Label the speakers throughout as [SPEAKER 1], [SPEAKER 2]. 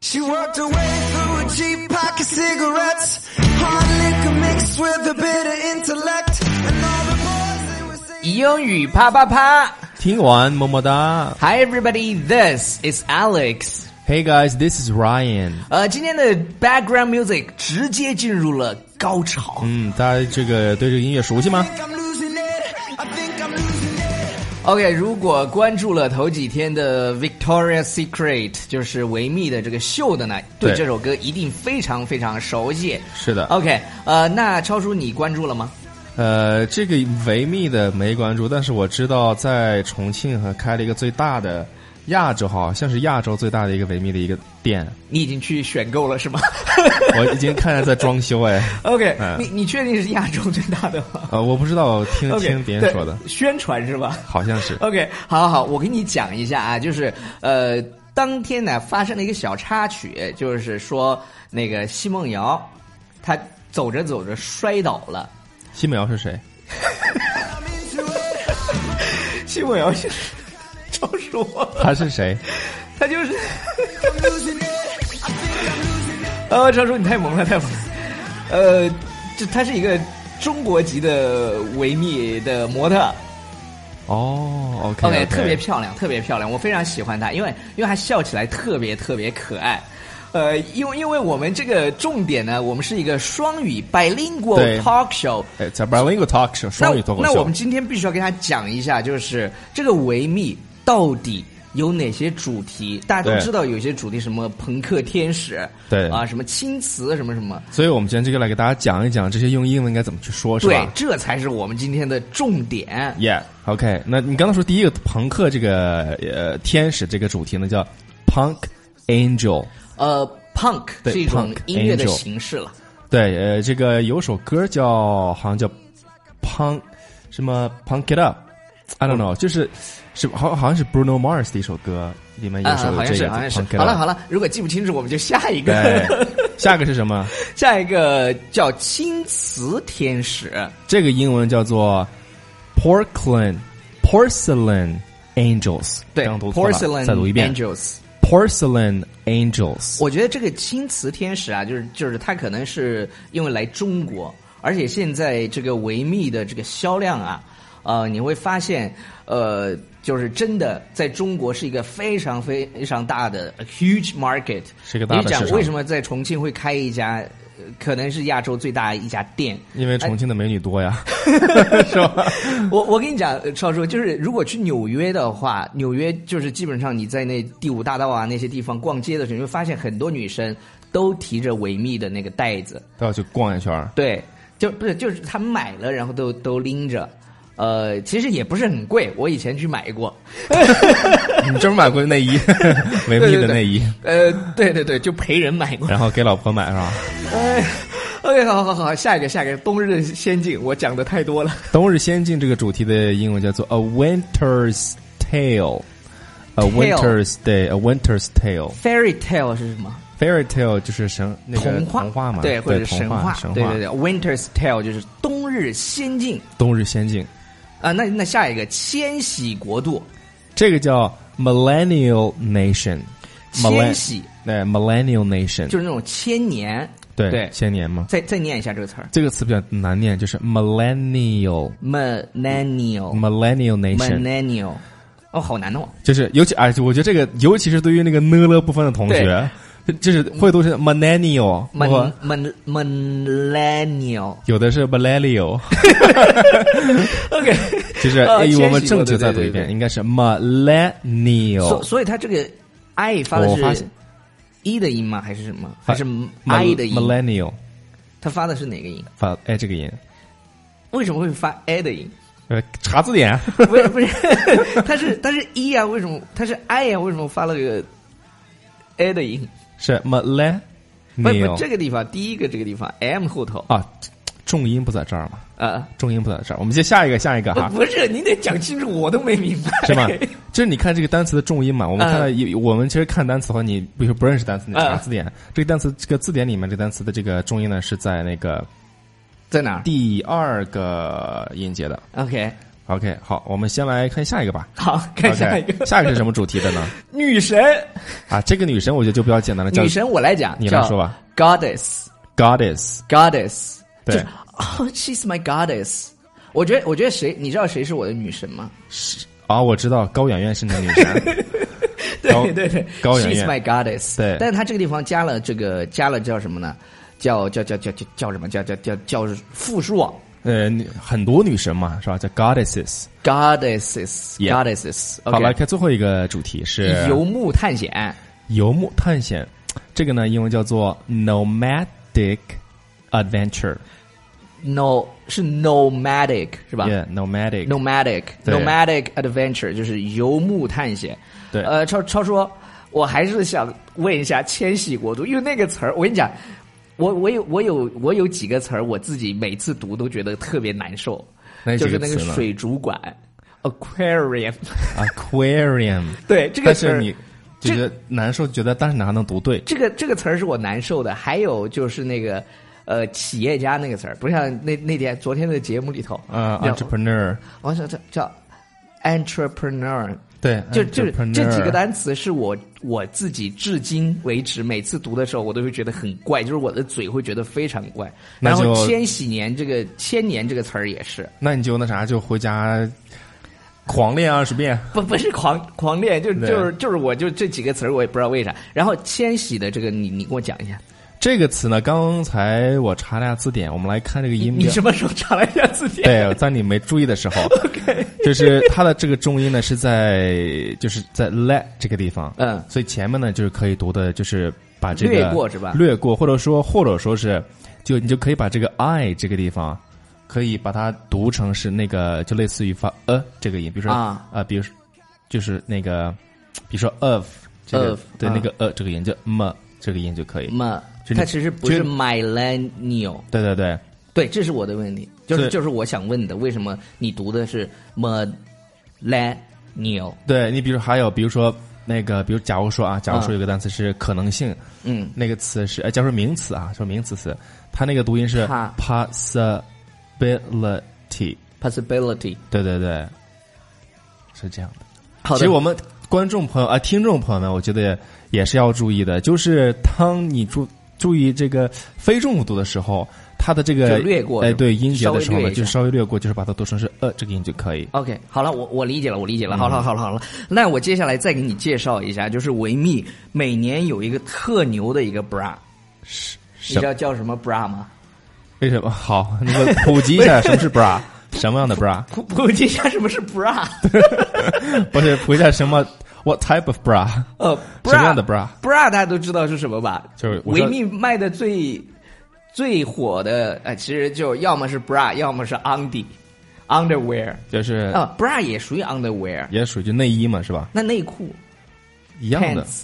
[SPEAKER 1] She worked her way through a cheap pack of cigarettes, hard liquor mixed with a bit of intellect, and all the boys they were saying.
[SPEAKER 2] 英语啪啪啪
[SPEAKER 3] 听完么么哒。
[SPEAKER 2] ！Hi everybody, this is Alex。
[SPEAKER 3] Hey guys, this is Ryan。
[SPEAKER 2] 呃，今天的 background music 直接进入了高潮。
[SPEAKER 3] 嗯，大家这个对这个音乐熟悉吗
[SPEAKER 1] I？think I'm losing it. I think I'm losing it.
[SPEAKER 2] OK，如果关注了头几天的 Victoria Secret，就是维密的这个秀的呢，对
[SPEAKER 3] 对
[SPEAKER 2] 这首歌一定非常非常熟悉。
[SPEAKER 3] 是的
[SPEAKER 2] OK，呃，那超叔你关注了吗？
[SPEAKER 3] 呃，这个维密的没关注，但是我知道在重庆还开了一个最大的亚洲，好像是亚洲最大的一个维密的一个 店，
[SPEAKER 2] 你已经去选购了是吗
[SPEAKER 3] 我已经看着在装修哎。
[SPEAKER 2] ？OK，、
[SPEAKER 3] 嗯
[SPEAKER 2] 你你确定是亚洲最大的吗
[SPEAKER 3] 呃，我不知道，听
[SPEAKER 2] ？OK，
[SPEAKER 3] 听别人说的，
[SPEAKER 2] 对宣传是吧？
[SPEAKER 3] 好像是。
[SPEAKER 2] OK，好好好，我给你讲一下啊，就是呃，当天呢发生了一个小插曲，就是说那个奚梦瑶，她走着走着摔倒了。
[SPEAKER 3] 西美瑶 是谁？
[SPEAKER 1] I'm into it.
[SPEAKER 2] 奚梦瑶 就是超啊叔，
[SPEAKER 3] 他是谁？
[SPEAKER 2] 她就是
[SPEAKER 1] I'm losing it. I think I'm losing it.
[SPEAKER 2] 呃，超叔你太萌了，太萌了。呃，就她是一个中国籍的维密的模特。
[SPEAKER 3] 哦，OK
[SPEAKER 2] OK，特别漂亮，特别漂亮，我非常喜欢她，因为因为她笑起来特别特别可爱。呃，因为因为我们这个重点呢，我们是一个双语 bilingual
[SPEAKER 3] 对
[SPEAKER 2] talk show。
[SPEAKER 3] 哎，在 Bilingual Talk Show
[SPEAKER 2] 那
[SPEAKER 3] 双语脱口秀。
[SPEAKER 2] 那我们今天必须要跟她讲一下，就是这个维密到底有哪些主题？大家都
[SPEAKER 3] 对
[SPEAKER 2] 知道有些主题什么朋克天使，
[SPEAKER 3] 对
[SPEAKER 2] 啊，什么青瓷，什么什么。
[SPEAKER 3] 所以我们今天这个来给大家讲一讲这些用英文应该怎么去说，是
[SPEAKER 2] 对
[SPEAKER 3] 吧，
[SPEAKER 2] 这才是我们今天的重点。
[SPEAKER 3] ？Yeah，OK、那你刚才说第一个朋克这个呃天使这个主题呢，叫 Punk Angel。
[SPEAKER 2] 呃，punk
[SPEAKER 3] 对
[SPEAKER 2] 是一种
[SPEAKER 3] punk，
[SPEAKER 2] 音乐的
[SPEAKER 3] angel
[SPEAKER 2] 形式了。
[SPEAKER 3] 对，呃，这个有首歌叫好像叫 Punk 什么 Punk It Up，I don't know，就是是好好像是 Bruno Mars 的一首歌里面有
[SPEAKER 2] 啊，
[SPEAKER 3] 首
[SPEAKER 2] 好像
[SPEAKER 3] 这
[SPEAKER 2] 是，
[SPEAKER 3] 个
[SPEAKER 2] 好像
[SPEAKER 3] Punk
[SPEAKER 2] 是。
[SPEAKER 3] It
[SPEAKER 2] 好
[SPEAKER 3] Up。
[SPEAKER 2] 了好了，如果记不清楚，我们就下一个，
[SPEAKER 3] 对，下一个是什么？
[SPEAKER 2] 下一个叫青瓷天使。
[SPEAKER 3] 这个英文叫做 Porcelain Porcelain Angels。
[SPEAKER 2] 对
[SPEAKER 3] 刚刚读错了
[SPEAKER 2] ，Porcelain
[SPEAKER 3] 再读一遍
[SPEAKER 2] Angels。
[SPEAKER 3] Porcelain Angels。
[SPEAKER 2] 我觉得这个青瓷天使啊，就是就是它可能是因为来中国，而且现在这个维密的这个销量啊，呃，你会发现，呃，就是真的在中国是一个非常非常大的 a huge market，
[SPEAKER 3] 是一个大的
[SPEAKER 2] 你讲
[SPEAKER 3] 市场
[SPEAKER 2] 为什么在重庆会开一家，呃可能是亚洲最大一家店？
[SPEAKER 3] 因为重庆的美女多呀，
[SPEAKER 2] 哎
[SPEAKER 3] 是吧？
[SPEAKER 2] 我我跟你讲，呃超叔，就是如果去纽约的话，纽约就是基本上你在那第五大道啊那些地方逛街的时候，你会发现很多女生都提着维密的那个袋子，
[SPEAKER 3] 都要去逛一圈儿。
[SPEAKER 2] 对，就不是就是她买了，然后都都拎着。呃，其实也不是很贵，我以前去买过。
[SPEAKER 3] 你专门买过内衣， 维密的内衣，
[SPEAKER 2] 呃， 对对对，就陪人买 过。
[SPEAKER 3] 然后给老婆买是吧？
[SPEAKER 2] 哎，OK，好好好，下一个下一个，冬日仙境，我讲的太多了。
[SPEAKER 3] 冬日仙境这个主题的英文叫做 A Winter's Tale。A
[SPEAKER 2] Tale
[SPEAKER 3] winter's day, a winter's tale.
[SPEAKER 2] Fairy tale 是什么？
[SPEAKER 3] Fairy tale 就是神那个
[SPEAKER 2] 童话，
[SPEAKER 3] 童话嘛，
[SPEAKER 2] 对，或者是
[SPEAKER 3] 神
[SPEAKER 2] 神话，
[SPEAKER 3] 神
[SPEAKER 2] 对
[SPEAKER 3] 话
[SPEAKER 2] 对。对，Winter's Tale 就是冬日仙境
[SPEAKER 3] 冬日仙境，
[SPEAKER 2] 啊、那那下一个千禧国度，
[SPEAKER 3] 这个叫 Millennial Nation。
[SPEAKER 2] 千禧
[SPEAKER 3] 对 Millennial Nation，
[SPEAKER 2] 就是那种千年，对
[SPEAKER 3] 对千年嘛。
[SPEAKER 2] 再再念一下这个词儿
[SPEAKER 3] 这个词比较难念，就是 Millennial。
[SPEAKER 2] ，millennial
[SPEAKER 3] Millennial Nation，
[SPEAKER 2] millennial，哦，好难哦。
[SPEAKER 3] 就是尤其哎，我觉得这个尤其是对于那个呢了部分的同学，就是会读成 Millennial，
[SPEAKER 2] mon
[SPEAKER 3] 或
[SPEAKER 2] mon millennial，OK，、
[SPEAKER 3] 有的是 Millennial，就 是
[SPEAKER 2] 呃
[SPEAKER 3] 哎
[SPEAKER 2] 千，禧
[SPEAKER 3] 我们正确
[SPEAKER 2] 国
[SPEAKER 3] 再
[SPEAKER 2] 对
[SPEAKER 3] 读
[SPEAKER 2] 对对
[SPEAKER 3] 一遍，
[SPEAKER 2] 对
[SPEAKER 3] 应该是
[SPEAKER 2] 所
[SPEAKER 3] Millennial，
[SPEAKER 2] 所以它这个 i 发
[SPEAKER 3] 我
[SPEAKER 2] 的
[SPEAKER 3] 发
[SPEAKER 2] 是
[SPEAKER 3] 现
[SPEAKER 2] e 的音吗？还是什么？还是
[SPEAKER 3] Mil-
[SPEAKER 2] i 的音？
[SPEAKER 3] 嗯 Millennial，
[SPEAKER 2] 它发的是哪个音？
[SPEAKER 3] 发哎这个音，
[SPEAKER 2] 为什么会发 i 的音？
[SPEAKER 3] 呃，查字典，
[SPEAKER 2] 不是不 是，他是他是一啊，为什么他是 i 啊？为什么发了个 a 的音？
[SPEAKER 3] 是
[SPEAKER 2] 不不，这
[SPEAKER 3] Millennial
[SPEAKER 2] 个地方第一个这个地方 m 后头
[SPEAKER 3] 啊，重音不在这儿嘛，
[SPEAKER 2] 啊，
[SPEAKER 3] 重音不在这儿，我们接下一个下一个
[SPEAKER 2] 不
[SPEAKER 3] 哈，
[SPEAKER 2] 不是，你得讲清楚，我都没明白，
[SPEAKER 3] 是吗？就是你看这个单词的重音嘛，我们看到有、我们其实看单词的话，你比如说不认识单词，你查
[SPEAKER 2] 嗯
[SPEAKER 3] 字典，这个单词这个字典里面这个单词的这个重音呢是在那个
[SPEAKER 2] 在哪儿
[SPEAKER 3] 第二个音节的，
[SPEAKER 2] ？OK，
[SPEAKER 3] OK，好，我们先来看下一个吧。
[SPEAKER 2] 好，看下一个
[SPEAKER 3] OK，下一个是什么主题的呢？
[SPEAKER 2] 女神，
[SPEAKER 3] 啊，这个女神我觉得就比较简单了，叫
[SPEAKER 2] 女神我来讲，
[SPEAKER 3] 你
[SPEAKER 2] 叫
[SPEAKER 3] 来说吧
[SPEAKER 2] Goddess，Goddess，
[SPEAKER 3] Goddess。对
[SPEAKER 2] 就是哦，She's my Goddess。我觉得，我觉得谁，你知道谁是我的女神吗？
[SPEAKER 3] 啊，我知道高圆圆是你的女 神。高
[SPEAKER 2] 对对对
[SPEAKER 3] 高圆
[SPEAKER 2] ，She's
[SPEAKER 3] 圆
[SPEAKER 2] my goddess。
[SPEAKER 3] 对
[SPEAKER 2] 但是他这个地方加了这个加了叫什么呢？叫叫叫叫叫叫什么？叫叫叫叫复数
[SPEAKER 3] 呃，女很多女神嘛，是吧？叫 goddesses。
[SPEAKER 2] goddesses
[SPEAKER 3] Yeah
[SPEAKER 2] goddesses。
[SPEAKER 3] 好，来看最后一个主题是
[SPEAKER 2] 游牧探险
[SPEAKER 3] 游牧探险，这个呢英文叫做 nomadic adventure，
[SPEAKER 2] ，no 是 nomadic 是吧
[SPEAKER 3] yeah nomadic，
[SPEAKER 2] nomadic
[SPEAKER 3] 对
[SPEAKER 2] nomadic adventure 就是游牧探险。
[SPEAKER 3] 对
[SPEAKER 2] 呃，超超说，我还是想问一下千禧国度，因为那个词儿，我跟你讲，我我有我有我有几个词儿，我自己每次读都觉得特别难受，
[SPEAKER 3] 那
[SPEAKER 2] 就是
[SPEAKER 3] 几
[SPEAKER 2] 那
[SPEAKER 3] 个
[SPEAKER 2] 个
[SPEAKER 3] 词呢
[SPEAKER 2] 水族馆 aquarium，
[SPEAKER 3] aquarium，
[SPEAKER 2] 对这个
[SPEAKER 3] 但
[SPEAKER 2] 词儿
[SPEAKER 3] 是你就觉得难受，觉得但是你还能读对，
[SPEAKER 2] 这个这个词儿是我难受的。还有就是那个呃企业家那个词儿，不像那那天昨天的节目里头，
[SPEAKER 3] 呃
[SPEAKER 2] 叫
[SPEAKER 3] ，entrepreneur，
[SPEAKER 2] 我想叫叫 entrepreneur。
[SPEAKER 3] 对，
[SPEAKER 2] 就就
[SPEAKER 3] entrepreneur
[SPEAKER 2] 这几个单词是我我自己至今为止每次读的时候，我都会觉得很怪，就是我的嘴会觉得非常怪。
[SPEAKER 3] 那
[SPEAKER 2] 然
[SPEAKER 3] 就
[SPEAKER 2] 后“千禧年”这个“千年”这个词儿也是，
[SPEAKER 3] 那你就那啥，就回家狂练二十遍。
[SPEAKER 2] 不不是狂狂恋，就
[SPEAKER 3] 对
[SPEAKER 2] 就是就是我就这几个词儿我也不知道为啥。然后“千禧”的这个你你给我讲一下，
[SPEAKER 3] 这个词呢，刚才我查了下字典，我们来看这个音
[SPEAKER 2] 你
[SPEAKER 3] 标。
[SPEAKER 2] 什么时候查了一下字典？
[SPEAKER 3] 对，在你没注意的时候就是它的这个重音呢是在就是在 let 这个地方，
[SPEAKER 2] 嗯
[SPEAKER 3] 所以前面呢就是可以读的，就是把这个
[SPEAKER 2] 略过是吧
[SPEAKER 3] 略过，或者说或者说是，就你就可以把这个 i 这个地方，可以把它读成是那个就类似于发呃这个音，比如说
[SPEAKER 2] 啊
[SPEAKER 3] 呃，比如说就是那个，比如说 of 这个
[SPEAKER 2] of，
[SPEAKER 3] 对
[SPEAKER 2] 啊
[SPEAKER 3] 那个呃这个音就 m 这个音就可以，
[SPEAKER 2] 么
[SPEAKER 3] 就你
[SPEAKER 2] 它其实不是
[SPEAKER 3] 就
[SPEAKER 2] millennial，
[SPEAKER 3] 对对对。
[SPEAKER 2] 对，这是我的问题，就是
[SPEAKER 3] 对
[SPEAKER 2] 就是我想问的，为什么你读的是 millennial？
[SPEAKER 3] 对你，比如还有，比如说那个，比如假如说啊，假如说
[SPEAKER 2] 嗯
[SPEAKER 3] 有个单词是可能性，
[SPEAKER 2] 嗯，
[SPEAKER 3] 那个词是，呃，假如说名词啊，说名词词，它那个读音是
[SPEAKER 2] 它
[SPEAKER 3] possibility，
[SPEAKER 2] possibility。
[SPEAKER 3] 对对对，是这样的。
[SPEAKER 2] 好的，
[SPEAKER 3] 其实我们观众朋友啊、听众朋友们，我觉得也也是要注意的，就是当你注注意这个非重读的时候，它的这个
[SPEAKER 2] 就略过
[SPEAKER 3] 哎，
[SPEAKER 2] 是吧
[SPEAKER 3] 对音节
[SPEAKER 2] 稍微
[SPEAKER 3] 的时候
[SPEAKER 2] 略
[SPEAKER 3] 呢，
[SPEAKER 2] 一
[SPEAKER 3] 就
[SPEAKER 2] 下
[SPEAKER 3] 稍微略过，就是把它读成是呃这个音就可以。
[SPEAKER 2] OK，好了，我我理解了，我理
[SPEAKER 3] 嗯
[SPEAKER 2] 解了。好了，好了，好了。那我接下来再给你介绍一下，就是维密每年有一个特牛的一个 bra，你
[SPEAKER 3] 什
[SPEAKER 2] 知道叫什么 bra 吗？
[SPEAKER 3] 为什么？好，你给我普及一下什么 是 bra，什么样的 bra？
[SPEAKER 2] 普普及一下什么是 bra？
[SPEAKER 3] 不是普及一下什么？What type of bra？
[SPEAKER 2] 呃，bra,
[SPEAKER 3] 什么样的 bra？
[SPEAKER 2] bra 大家都知道是什么吧？
[SPEAKER 3] 就是我知
[SPEAKER 2] 维
[SPEAKER 3] 道
[SPEAKER 2] 密卖的最最火的，呃，其实就要么是 bra，要么是 undi underwear
[SPEAKER 3] 就是
[SPEAKER 2] 啊、b r a 也属于 underwear，
[SPEAKER 3] 也属于就内衣嘛，是吧？
[SPEAKER 2] 那内裤
[SPEAKER 3] 一样的
[SPEAKER 2] pants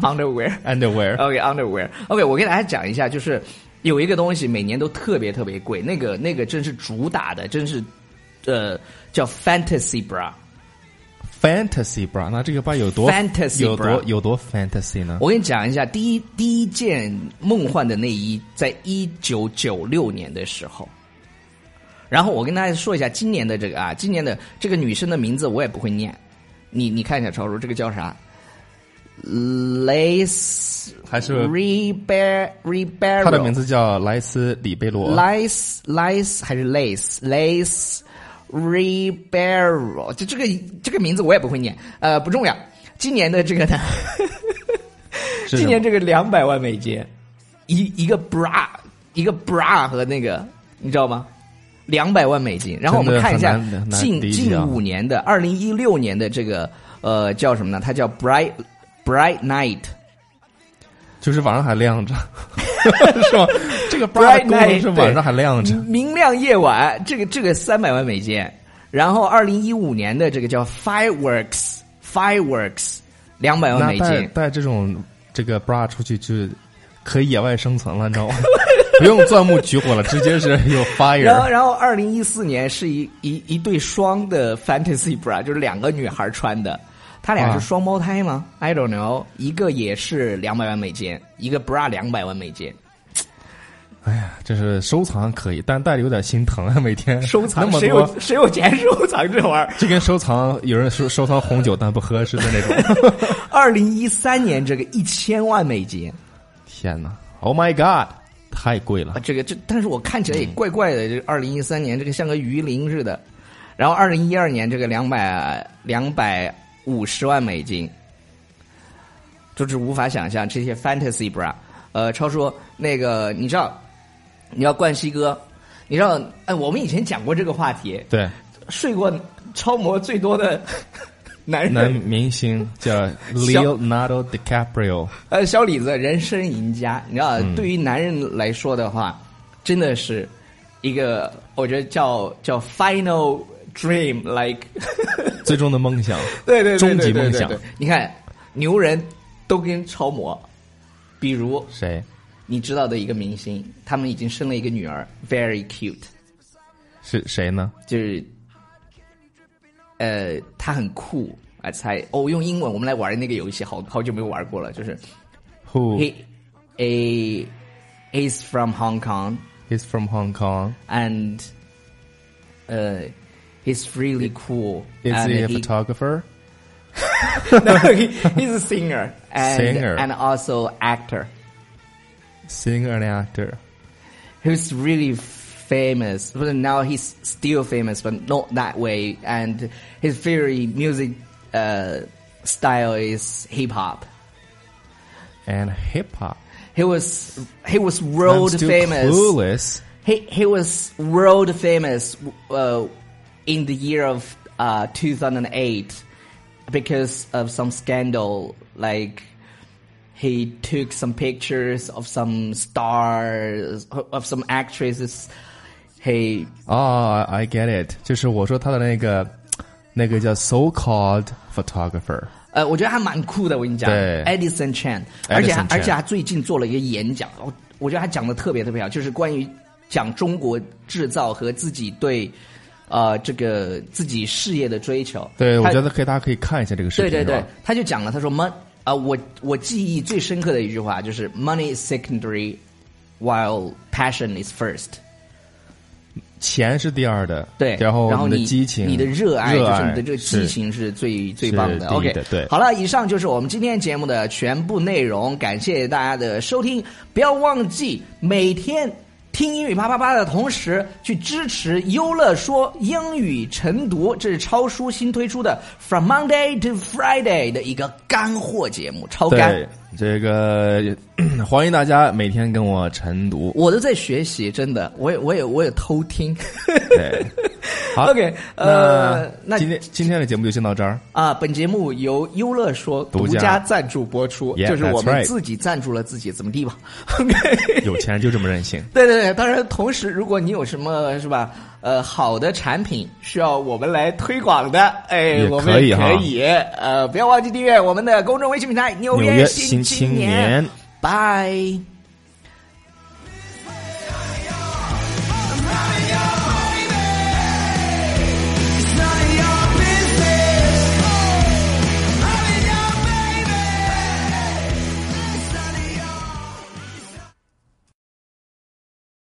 [SPEAKER 2] underwear。
[SPEAKER 3] underwear。
[SPEAKER 2] OK underwear。OK，我给大家讲一下，就是有一个东西每年都特别特别贵，那个那个真是主打的，真是呃叫 fantasy bra。
[SPEAKER 3] Fantasy bra，那这个 bra 有多
[SPEAKER 2] Fantasy
[SPEAKER 3] 有
[SPEAKER 2] bra
[SPEAKER 3] 多有多 fantasy 呢？
[SPEAKER 2] 我跟你讲一下，第一第一件梦幻的内衣，在一九九六年的时候。然后我跟大家说一下今年的这个啊，今年的这个女生的名字我也不会念，你你看一下超叔这个叫啥？Lace
[SPEAKER 3] 还是
[SPEAKER 2] Reber Reber，
[SPEAKER 3] 她的名字叫莱斯里贝罗
[SPEAKER 2] Lice Lice 还是 Lace Lace Ribeiro，就这个这个名字我也不会念，呃，不重要。今年的这个呢，
[SPEAKER 3] 是什
[SPEAKER 2] 今
[SPEAKER 3] 么
[SPEAKER 2] 年这个两百万美金，一一个 bra 一个 bra 和那个你知道吗？两百万美金。然后我们看一下
[SPEAKER 3] 真的很难难
[SPEAKER 2] 近
[SPEAKER 3] 理解
[SPEAKER 2] 近
[SPEAKER 3] 啊
[SPEAKER 2] 五年的二零一六年的这个呃叫什么呢？它叫 Bright Bright Night。
[SPEAKER 3] 就是晚上还亮 着，是吧？这个 bra
[SPEAKER 2] Bright
[SPEAKER 3] 的功能是
[SPEAKER 2] night，
[SPEAKER 3] 晚上还亮着。
[SPEAKER 2] 明亮夜晚，这个这个三百万美金。然后二零一五年的这个叫 Fireworks Fireworks 两百万
[SPEAKER 3] 那
[SPEAKER 2] 美
[SPEAKER 3] 带
[SPEAKER 2] 金，
[SPEAKER 3] 带这种这个 bra 出去就可以野外生存了，你知道 吗？不用钻木取火了，直接是有
[SPEAKER 2] 然后
[SPEAKER 3] fire。
[SPEAKER 2] 然后二零一四年是一一一对双的 Fantasy bra，就是两个女孩穿的，她俩
[SPEAKER 3] 啊
[SPEAKER 2] 是双胞胎吗？I don't know，一个也是两百万美金，一个 bra 两百万美金。
[SPEAKER 3] 哎呀，这是收藏可以，但带着有点心疼啊，每天
[SPEAKER 2] 收藏
[SPEAKER 3] 那么
[SPEAKER 2] 谁有
[SPEAKER 3] 多，
[SPEAKER 2] 谁有钱收藏这玩意儿？
[SPEAKER 3] 这跟收藏有人收收藏红酒但不喝似的那种。
[SPEAKER 2] 二零一三年这个一千万美金，
[SPEAKER 3] 天哪，Oh my God，太贵了
[SPEAKER 2] 啊，。这个这，但是我看起来也
[SPEAKER 3] 嗯
[SPEAKER 2] 怪怪的。这二零一三年这个像个鱼鳞似的，然后二零一二年这个两百两百五十万美金，就是无法想象这些 fantasy bra。呃，超叔，那个你知道，你要冠希哥，你知道，哎，我们以前讲过这个话题，
[SPEAKER 3] 对，
[SPEAKER 2] 睡过超模最多的 男人，
[SPEAKER 3] 男明星叫 Leonardo DiCaprio，
[SPEAKER 2] 呃，小李子人生赢家，你知道，对于男人来说的话，真的是一个，我觉得叫叫 final dream，like，
[SPEAKER 3] 最终的梦想。
[SPEAKER 2] 对对对对
[SPEAKER 3] 终极
[SPEAKER 2] 对
[SPEAKER 3] 梦
[SPEAKER 2] 对
[SPEAKER 3] 想
[SPEAKER 2] 对你看，牛人都跟超模，比如
[SPEAKER 3] 谁？
[SPEAKER 2] 你知道的一个明星，他们已经生了一个女儿，very cute，
[SPEAKER 3] 是谁呢？
[SPEAKER 2] 就是，呃，他很酷。啊，猜哦，用英文我们来玩那个游戏，好好久没有玩过了，就是。
[SPEAKER 3] Who
[SPEAKER 2] He a is from Hong Kong
[SPEAKER 3] is from Hong Kong?
[SPEAKER 2] and uh he's really cool.
[SPEAKER 3] Is
[SPEAKER 2] and
[SPEAKER 3] he a
[SPEAKER 2] he-
[SPEAKER 3] photographer?
[SPEAKER 2] no, he, he's a singer and
[SPEAKER 3] Singer.
[SPEAKER 2] and also actor
[SPEAKER 3] Singer and actor.
[SPEAKER 2] who's really famous. But now he's still famous, but not that way. And his very music uh style is hip hop.
[SPEAKER 3] And hip hop.
[SPEAKER 2] He was he was
[SPEAKER 3] I'm
[SPEAKER 2] world
[SPEAKER 3] still
[SPEAKER 2] famous.
[SPEAKER 3] clueless.
[SPEAKER 2] He he was world famous uh, in the year of uh, 2008 because of some scandal. Like he took some pictures of some stars of some actresses. He
[SPEAKER 3] 哦、i get it，就是我说他的那个那个叫 so called photographer，
[SPEAKER 2] 呃，我觉得还蛮酷的，我跟你讲
[SPEAKER 3] 对
[SPEAKER 2] ，Edison Chan，而且还
[SPEAKER 3] Chan
[SPEAKER 2] 而且他最近做了一个演讲，我我觉得他讲的特别特别好，就是关于讲中国制造和自己对呃这个自己事业的追求。
[SPEAKER 3] 对我
[SPEAKER 2] 他
[SPEAKER 3] 觉得可以，大家可以看一下这个视
[SPEAKER 2] 对
[SPEAKER 3] 频，
[SPEAKER 2] 对
[SPEAKER 3] 是
[SPEAKER 2] 对
[SPEAKER 3] 吧，
[SPEAKER 2] 他就讲了，他说 mon 啊、我我记忆最深刻的一句话就是 money is secondary while passion is first。
[SPEAKER 3] 钱是第二的，
[SPEAKER 2] 对，
[SPEAKER 3] 然
[SPEAKER 2] 后
[SPEAKER 3] 你的
[SPEAKER 2] 你
[SPEAKER 3] 激情、
[SPEAKER 2] 你的热爱，
[SPEAKER 3] 热
[SPEAKER 2] 就是
[SPEAKER 3] 爱
[SPEAKER 2] 你的这个激，情是最最棒的。
[SPEAKER 3] 第一
[SPEAKER 2] OK，
[SPEAKER 3] 的对
[SPEAKER 2] 好了，以上就是我们今天节目的全部内容，感谢大家的收听，不要忘记每天。听英语啪啪啪的同时，去支持优乐说英语晨读，这是超叔新推出的 From Monday to Friday 的一个干货节目，超干。
[SPEAKER 3] 对这个 欢迎大家每天跟我晨读，
[SPEAKER 2] 我都在学习，真的，我也我也我也偷听。
[SPEAKER 3] 对，好
[SPEAKER 2] OK，呃，那
[SPEAKER 3] 今天今天的节目就先到这儿，
[SPEAKER 2] 啊，本节目由优乐说独
[SPEAKER 3] 独家
[SPEAKER 2] 家赞助播出，
[SPEAKER 3] Yeah,
[SPEAKER 2] 就是我
[SPEAKER 3] that's
[SPEAKER 2] 们
[SPEAKER 3] right
[SPEAKER 2] 自己赞助了自己，怎么地吧？OK，
[SPEAKER 3] 有钱人就这么任 性。
[SPEAKER 2] 对对对，当然，同时如果你有什么是吧，呃，好的产品需要我们来推广的，哎
[SPEAKER 3] 也，
[SPEAKER 2] 我们也
[SPEAKER 3] 可以
[SPEAKER 2] 可
[SPEAKER 3] 哈
[SPEAKER 2] 以，呃，不要忘记订阅我们的公众微信平台《纽
[SPEAKER 3] 纽约
[SPEAKER 2] 新
[SPEAKER 3] 新青
[SPEAKER 2] 年
[SPEAKER 3] 年》，
[SPEAKER 2] 拜。